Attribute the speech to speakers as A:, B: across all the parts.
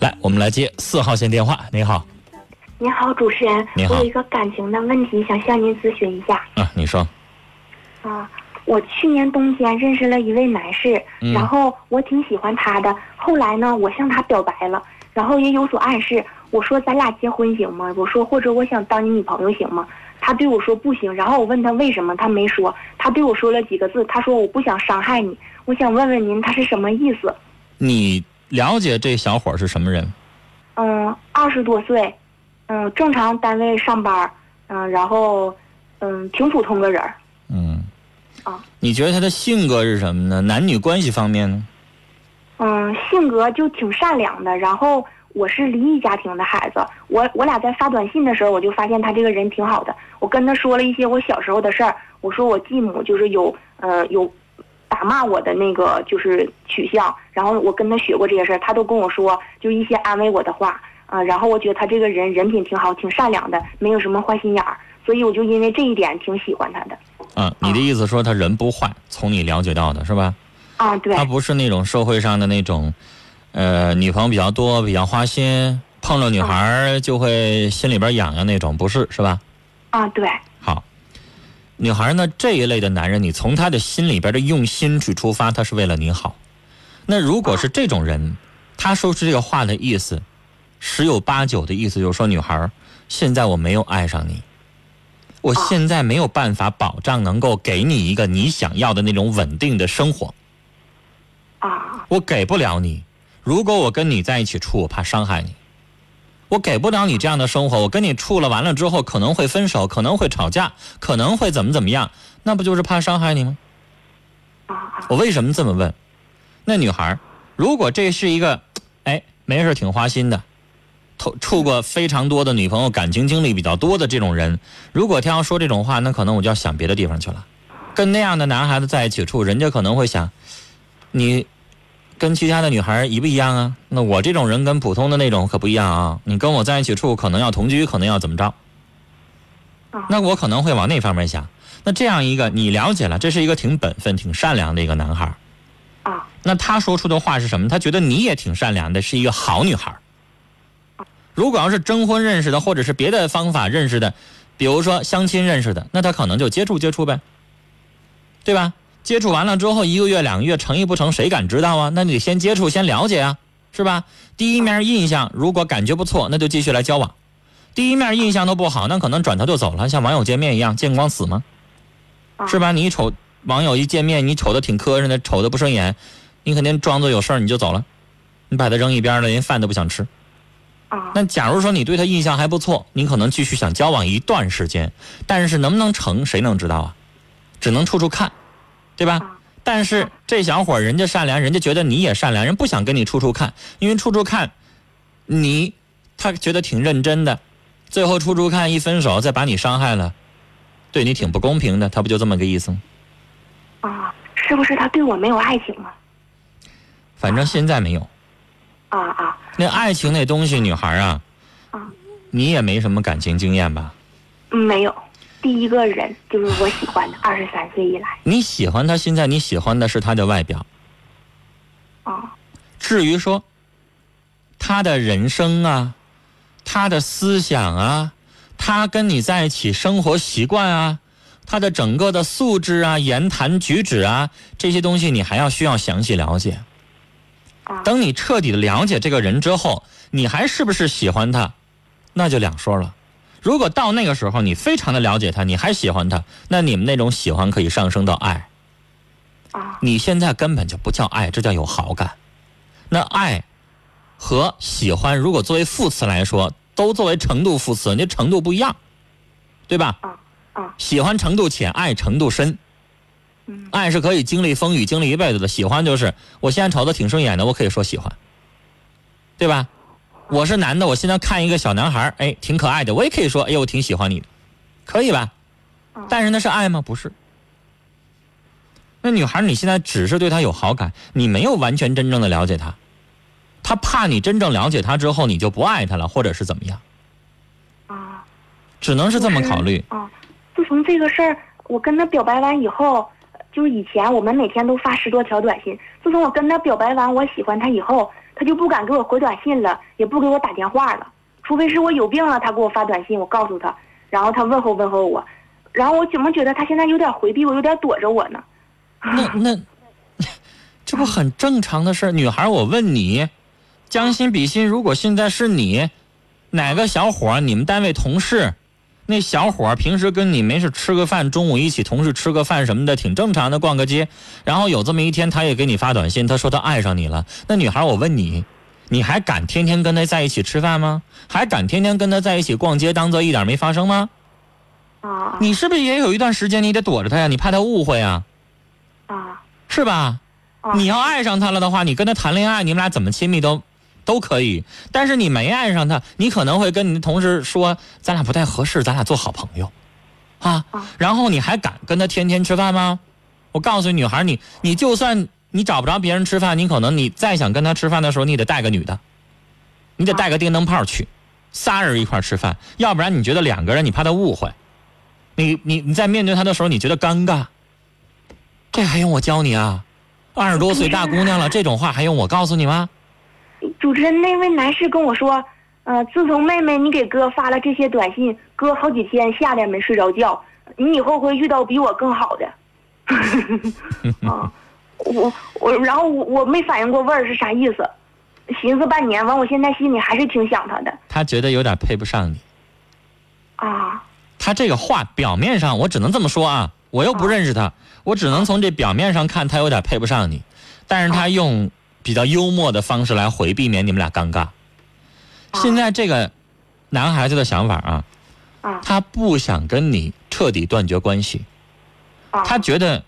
A: 来，我们来接四号线电话。你好，
B: 您好，主持人，
A: 你好
B: 我有一个感情的问题想向您咨询一下。
A: 啊，你说，
B: 啊，我去年冬天认识了一位男士，
A: 嗯
B: 然后我挺喜欢他的。后来呢，我向他表白了，然后也有所暗示，我说咱俩结婚行吗？我说或者我想当你女朋友行吗？他对我说不行，然后我问他为什么，他没说，他对我说了几个字，他说我不想伤害你，我想问问您他是什么意思？
A: 你了解这小伙儿是什么人？
B: 嗯，二十多岁，嗯，正常单位上班，嗯，然后嗯，挺普通的人儿。
A: 嗯，
B: 啊，
A: 你觉得他的性格是什么呢？男女关系方面呢？
B: 嗯，性格就挺善良的。然后我是离异家庭的孩子，我我俩在发短信的时候，我就发现他这个人挺好的。我跟他说了一些我小时候的事儿，我说我继母就是有呃有打骂我的那个就是取向，然后我跟他学过这些事儿，他都跟我说就一些安慰我的话啊、然后我觉得他这个人人品挺好，挺善良的，没有什么坏心眼儿，所以我就因为这一点挺喜欢他的。
A: 啊，你的意思说他人不坏，从你了解到的是吧？
B: 啊，对
A: 他，不是那种社会上的那种，呃，女朋友比较多，比较花心，碰着女孩儿就会心里边痒痒那种，不是是吧？
B: 啊，对，
A: 好，女孩呢这一类的男人，你从他的心里边的用心去出发，他是为了你好。那如果是这种人，他说出这个话的意思，十有八九的意思就是说，女孩儿，现在我没有爱上你，我现在没有办法保障能够给你一个你想要的那种稳定的生活，
B: 啊，
A: 我给不了你。如果我跟你在一起处，我怕伤害你。我给不了你这样的生活，我跟你处了，完了之后可能会分手，可能会吵架，可能会怎么怎么样，那不就是怕伤害你吗？
B: 啊啊，
A: 我为什么这么问？那女孩儿，如果这是一个，哎，没事儿挺花心的，处处过非常多的女朋友，感情经历比较多的这种人，如果他要说这种话，那可能我就要想别的地方去了。跟那样的男孩子在一起处，人家可能会想，你跟其他的女孩儿一不一样啊？那我这种人跟普通的那种可不一样啊！你跟我在一起处，可能要同居，可能要怎么着？那我可能会往那方面想。那这样一个你了解了，这是一个挺本分、挺善良的一个男孩儿。
B: 啊，
A: 那他说出的话是什么？他觉得你也挺善良的，是一个好女孩儿。如果要是征婚认识的，或者是别的方法认识的，比如说相亲认识的，那他可能就接触接触呗，对吧？接触完了之后，一个月、两个月成与不成，谁敢知道啊？那你得先接触，先了解啊，是吧？第一面印象如果感觉不错，那就继续来交往；第一面印象都不好，那可能转头就走了，像网友见面一样，见光死吗？
B: 啊
A: 是吧？你一瞅网友一见面，你瞅的挺磕碜的，瞅的不顺眼，你肯定装作有事儿你就走了，你把他扔一边儿了，连饭都不想吃。
B: 啊，
A: 那假如说你对他印象还不错，你可能继续想交往一段时间，但是能不能成，谁能知道啊？只能处处看，对吧
B: 啊？
A: 但是这小伙儿人家善良，人家觉得你也善良，人不想跟你处处看，因为处处看，你他觉得挺认真的，最后处处看一分手再把你伤害了，对你挺不公平的，他不就这么个意思吗？
B: 啊，是不是他对我没有爱情啊？
A: 反正现在没有。
B: 啊啊
A: 那爱情那东西，女孩儿啊，
B: 啊，
A: 你也没什么感情经验吧？
B: 嗯没有，第一个人就是我喜欢的，二十三岁以来
A: 你喜欢他，现在你喜欢的是他的外表。
B: 啊
A: 至于说他的人生啊，他的思想啊，他跟你在一起生活习惯啊，他的整个的素质啊、言谈举止啊这些东西，你还要需要详细了解。
B: 啊
A: 等你彻底的了解这个人之后，你还是不是喜欢他，那就两说了。如果到那个时候你非常的了解他，你还喜欢他，那你们那种喜欢可以上升到爱。
B: 啊
A: 你现在根本就不叫爱，这叫有好感。那爱和喜欢，如果作为副词来说，都作为程度副词，你程度不一样，对吧？
B: 啊啊
A: 喜欢程度浅，爱程度深。
B: 嗯
A: 爱是可以经历风雨、经历一辈子的，喜欢就是我现在瞅着挺顺眼的，我可以说喜欢，对吧？我是男的，我现在看一个小男孩儿，哎，挺可爱的，我也可以说，哎呦，我挺喜欢你的，可以吧
B: 嗯？
A: 但是那是爱吗？不是。那女孩儿，你现在只是对她有好感，你没有完全真正的了解她，她怕你真正了解她之后，你就不爱她了，或者是怎么样，
B: 啊嗯
A: 只能是这么考虑。
B: 啊！自从这个事儿我跟他表白完以后，就是以前我们每天都发十多条短信，自从我跟他表白完我喜欢他以后，他就不敢给我回短信了，也不给我打电话了，除非是我有病了，他给我发短信，我告诉他，然后他问候问候我，然后我怎么觉得他现在有点回避我，有点躲着我呢？
A: 那那， 这不很正常的事儿？女孩儿，我问你，将心比心，如果现在是你，哪个小伙儿，你们单位同事，那小伙儿平时跟你没事吃个饭，中午一起同事吃个饭什么的，挺正常的，逛个街，然后有这么一天，他也给你发短信，他说他爱上你了。那女孩儿，我问你，你还敢天天跟他在一起吃饭吗？还敢天天跟他在一起逛街，当做一点没发生吗？
B: 啊
A: 你是不是也有一段时间你得躲着他呀？你怕他误会呀，
B: 啊
A: 是吧？
B: 啊！
A: 你要爱上他了的话，你跟他谈恋爱，你们俩怎么亲密都都可以。但是你没爱上他，你可能会跟你的同事说，咱俩不太合适，咱俩做好朋友，啊
B: 啊。
A: 然后你还敢跟他天天吃饭吗？我告诉你女孩，你你就算你找不着别人吃饭，你可能你再想跟他吃饭的时候，你得带个女的，你得带个电灯泡去，仨人一块儿吃饭，要不然你觉得两个人你怕他误会，你你你在面对他的时候你觉得尴尬，这还用我教你啊？二十多岁大姑娘了，这种话还用我告诉你吗？
B: 主持人那位男士跟我说，呃，自从妹妹你给哥发了这些短信，哥好几天吓得没睡着觉。你以后会遇到比我更好的。 啊，我我然后我我没反应过味儿是啥意思，寻思半年，完我现在心里还是挺想他的
A: 她觉得有点配不上你。
B: 啊
A: 她这个话表面上我只能这么说啊，我又不认识她，我只能从这表面上看她有点配不上你，但是她用比较幽默的方式来回避免你们俩尴尬。现在这个男孩子的想法啊，
B: 啊
A: 他不想跟你彻底断绝关系，
B: 啊！
A: 他觉得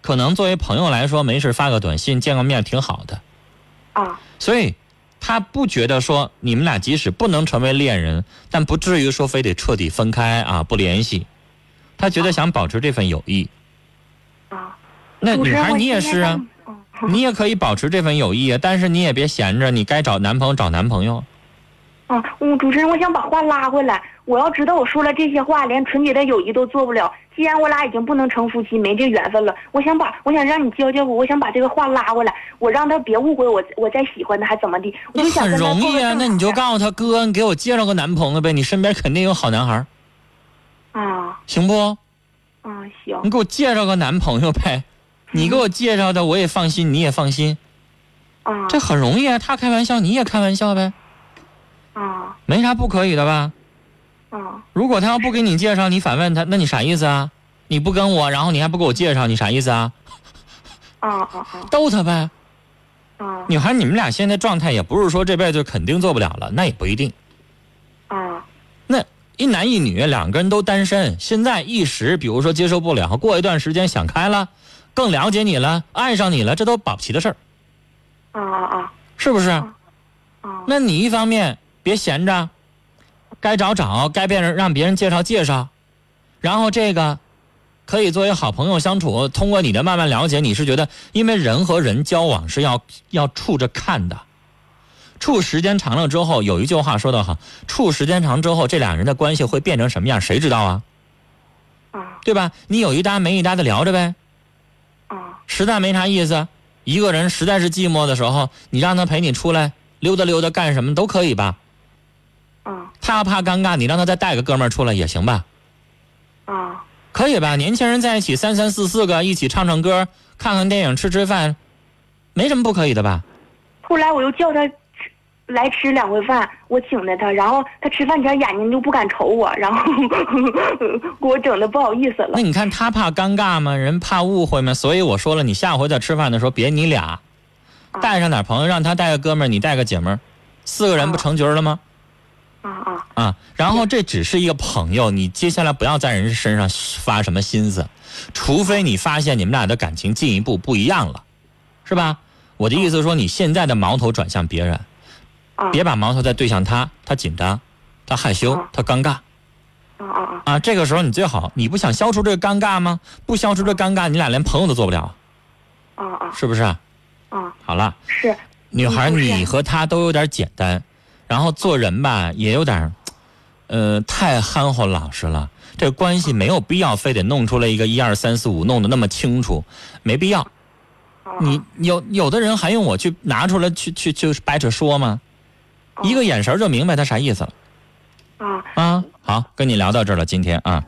A: 可能作为朋友来说，没事发个短信见个面挺好的。
B: 啊
A: 所以他不觉得说你们俩即使不能成为恋人，但不至于说非得彻底分开啊，不联系。他觉得想保持这份友谊。
B: 啊！
A: 那
B: 主持
A: 女
B: 人
A: 孩你也是啊，，
B: 我现在嗯
A: 你也可以保持这份友谊啊，但是你也别闲着，你该找男朋友找男朋友。
B: 嗯，嗯，主持人，我想把话拉回来。我要知道我说了这些话，连纯洁的友谊都做不了。既然我俩已经不能成夫妻，没这缘分了，我想把我想让你教教我，我想把这个话拉回来，我让他别误会我，我再喜欢他还怎么地？我
A: 那
B: 就想
A: 很
B: 跟他
A: 容
B: 过个
A: 易啊，
B: 正
A: 那你就
B: 常的
A: 告诉他哥，你给我介绍个男朋友呗，你身边肯定有好男孩儿，
B: 啊
A: 行不？
B: 啊行
A: 你给我介绍个男朋友呗，
B: 嗯
A: 你给我介绍的我也放心，你也放心，
B: 啊
A: 这很容易啊。他开玩笑，你也开玩笑呗，
B: 啊
A: 没啥不可以的吧？
B: 啊
A: 如果他要不给你介绍，你反问他，那你啥意思啊？你不跟我，然后你还不给我介绍，你啥意思啊？
B: 啊啊啊
A: 逗他呗。
B: 啊
A: 女孩，你们俩现在状态也不是说这辈子肯定做不了了，那也不一定。
B: 啊
A: 那一男一女两个人都单身，现在一时比如说接受不了，过一段时间想开了，更了解你了，爱上你了，这都保不齐的事儿，
B: 啊啊
A: 是不是？
B: 啊
A: 那你一方面别闲着，该找找，该别人让别人介绍介绍，然后这个可以作为好朋友相处。通过你的慢慢了解，你是觉得，因为人和人交往是要要处着看的，处时间长了之后，有一句话说得好，处时间长之后，这俩人的关系会变成什么样，谁知道啊？
B: 啊
A: 对吧？你有一搭没一搭的聊着呗，
B: 啊
A: 实在没啥意思，一个人实在是寂寞的时候，你让他陪你出来溜达溜达，干什么都可以吧？
B: 啊
A: 他要怕尴尬，你让他再带个哥们儿出来也行吧？
B: 啊
A: 可以吧？年轻人在一起三三四四个，一起唱唱歌，看看电影，吃吃饭，没什么不可以的吧？
B: 后来我又叫他吃来吃两回饭，我请的他，然后他吃饭前眼睛就不敢瞅我，然后 给我整的不好意思了
A: 那。你看他怕尴尬吗？人怕误会吗？所以我说了，你下回在吃饭的时候别你俩，
B: 啊
A: 带上点朋友，让他带个哥们儿，你带个姐们儿，四个人不成局儿了吗？
B: 啊啊
A: 啊，然后这只是一个朋友，你接下来不要在人身上发什么心思，除非你发现你们俩的感情进一步不一样了，是吧？我的意思是说，你现在的矛头转向别人，
B: 啊！
A: 别把矛头再对向他，他紧张，他害羞
B: 啊，
A: 他尴尬
B: 啊啊啊！
A: 啊。这个时候你最好，你不想消除这个尴尬吗？不消除这尴尬，你俩连朋友都做不了，
B: 啊啊
A: 是不是？
B: 啊！
A: 好了，
B: 是
A: 女孩，
B: 嗯是
A: 你和他都有点简单，然后做人吧也有点儿，呃，太憨厚老实了。这关系没有必要非得弄出来一个一二三四五，弄得那么清楚，没必要。
B: 啊
A: 你有有的人还用我去拿出来去去就是掰扯说吗？一个眼神儿就明白他啥意思了
B: 啊，
A: 啊！好，跟你聊到这儿了，今天啊。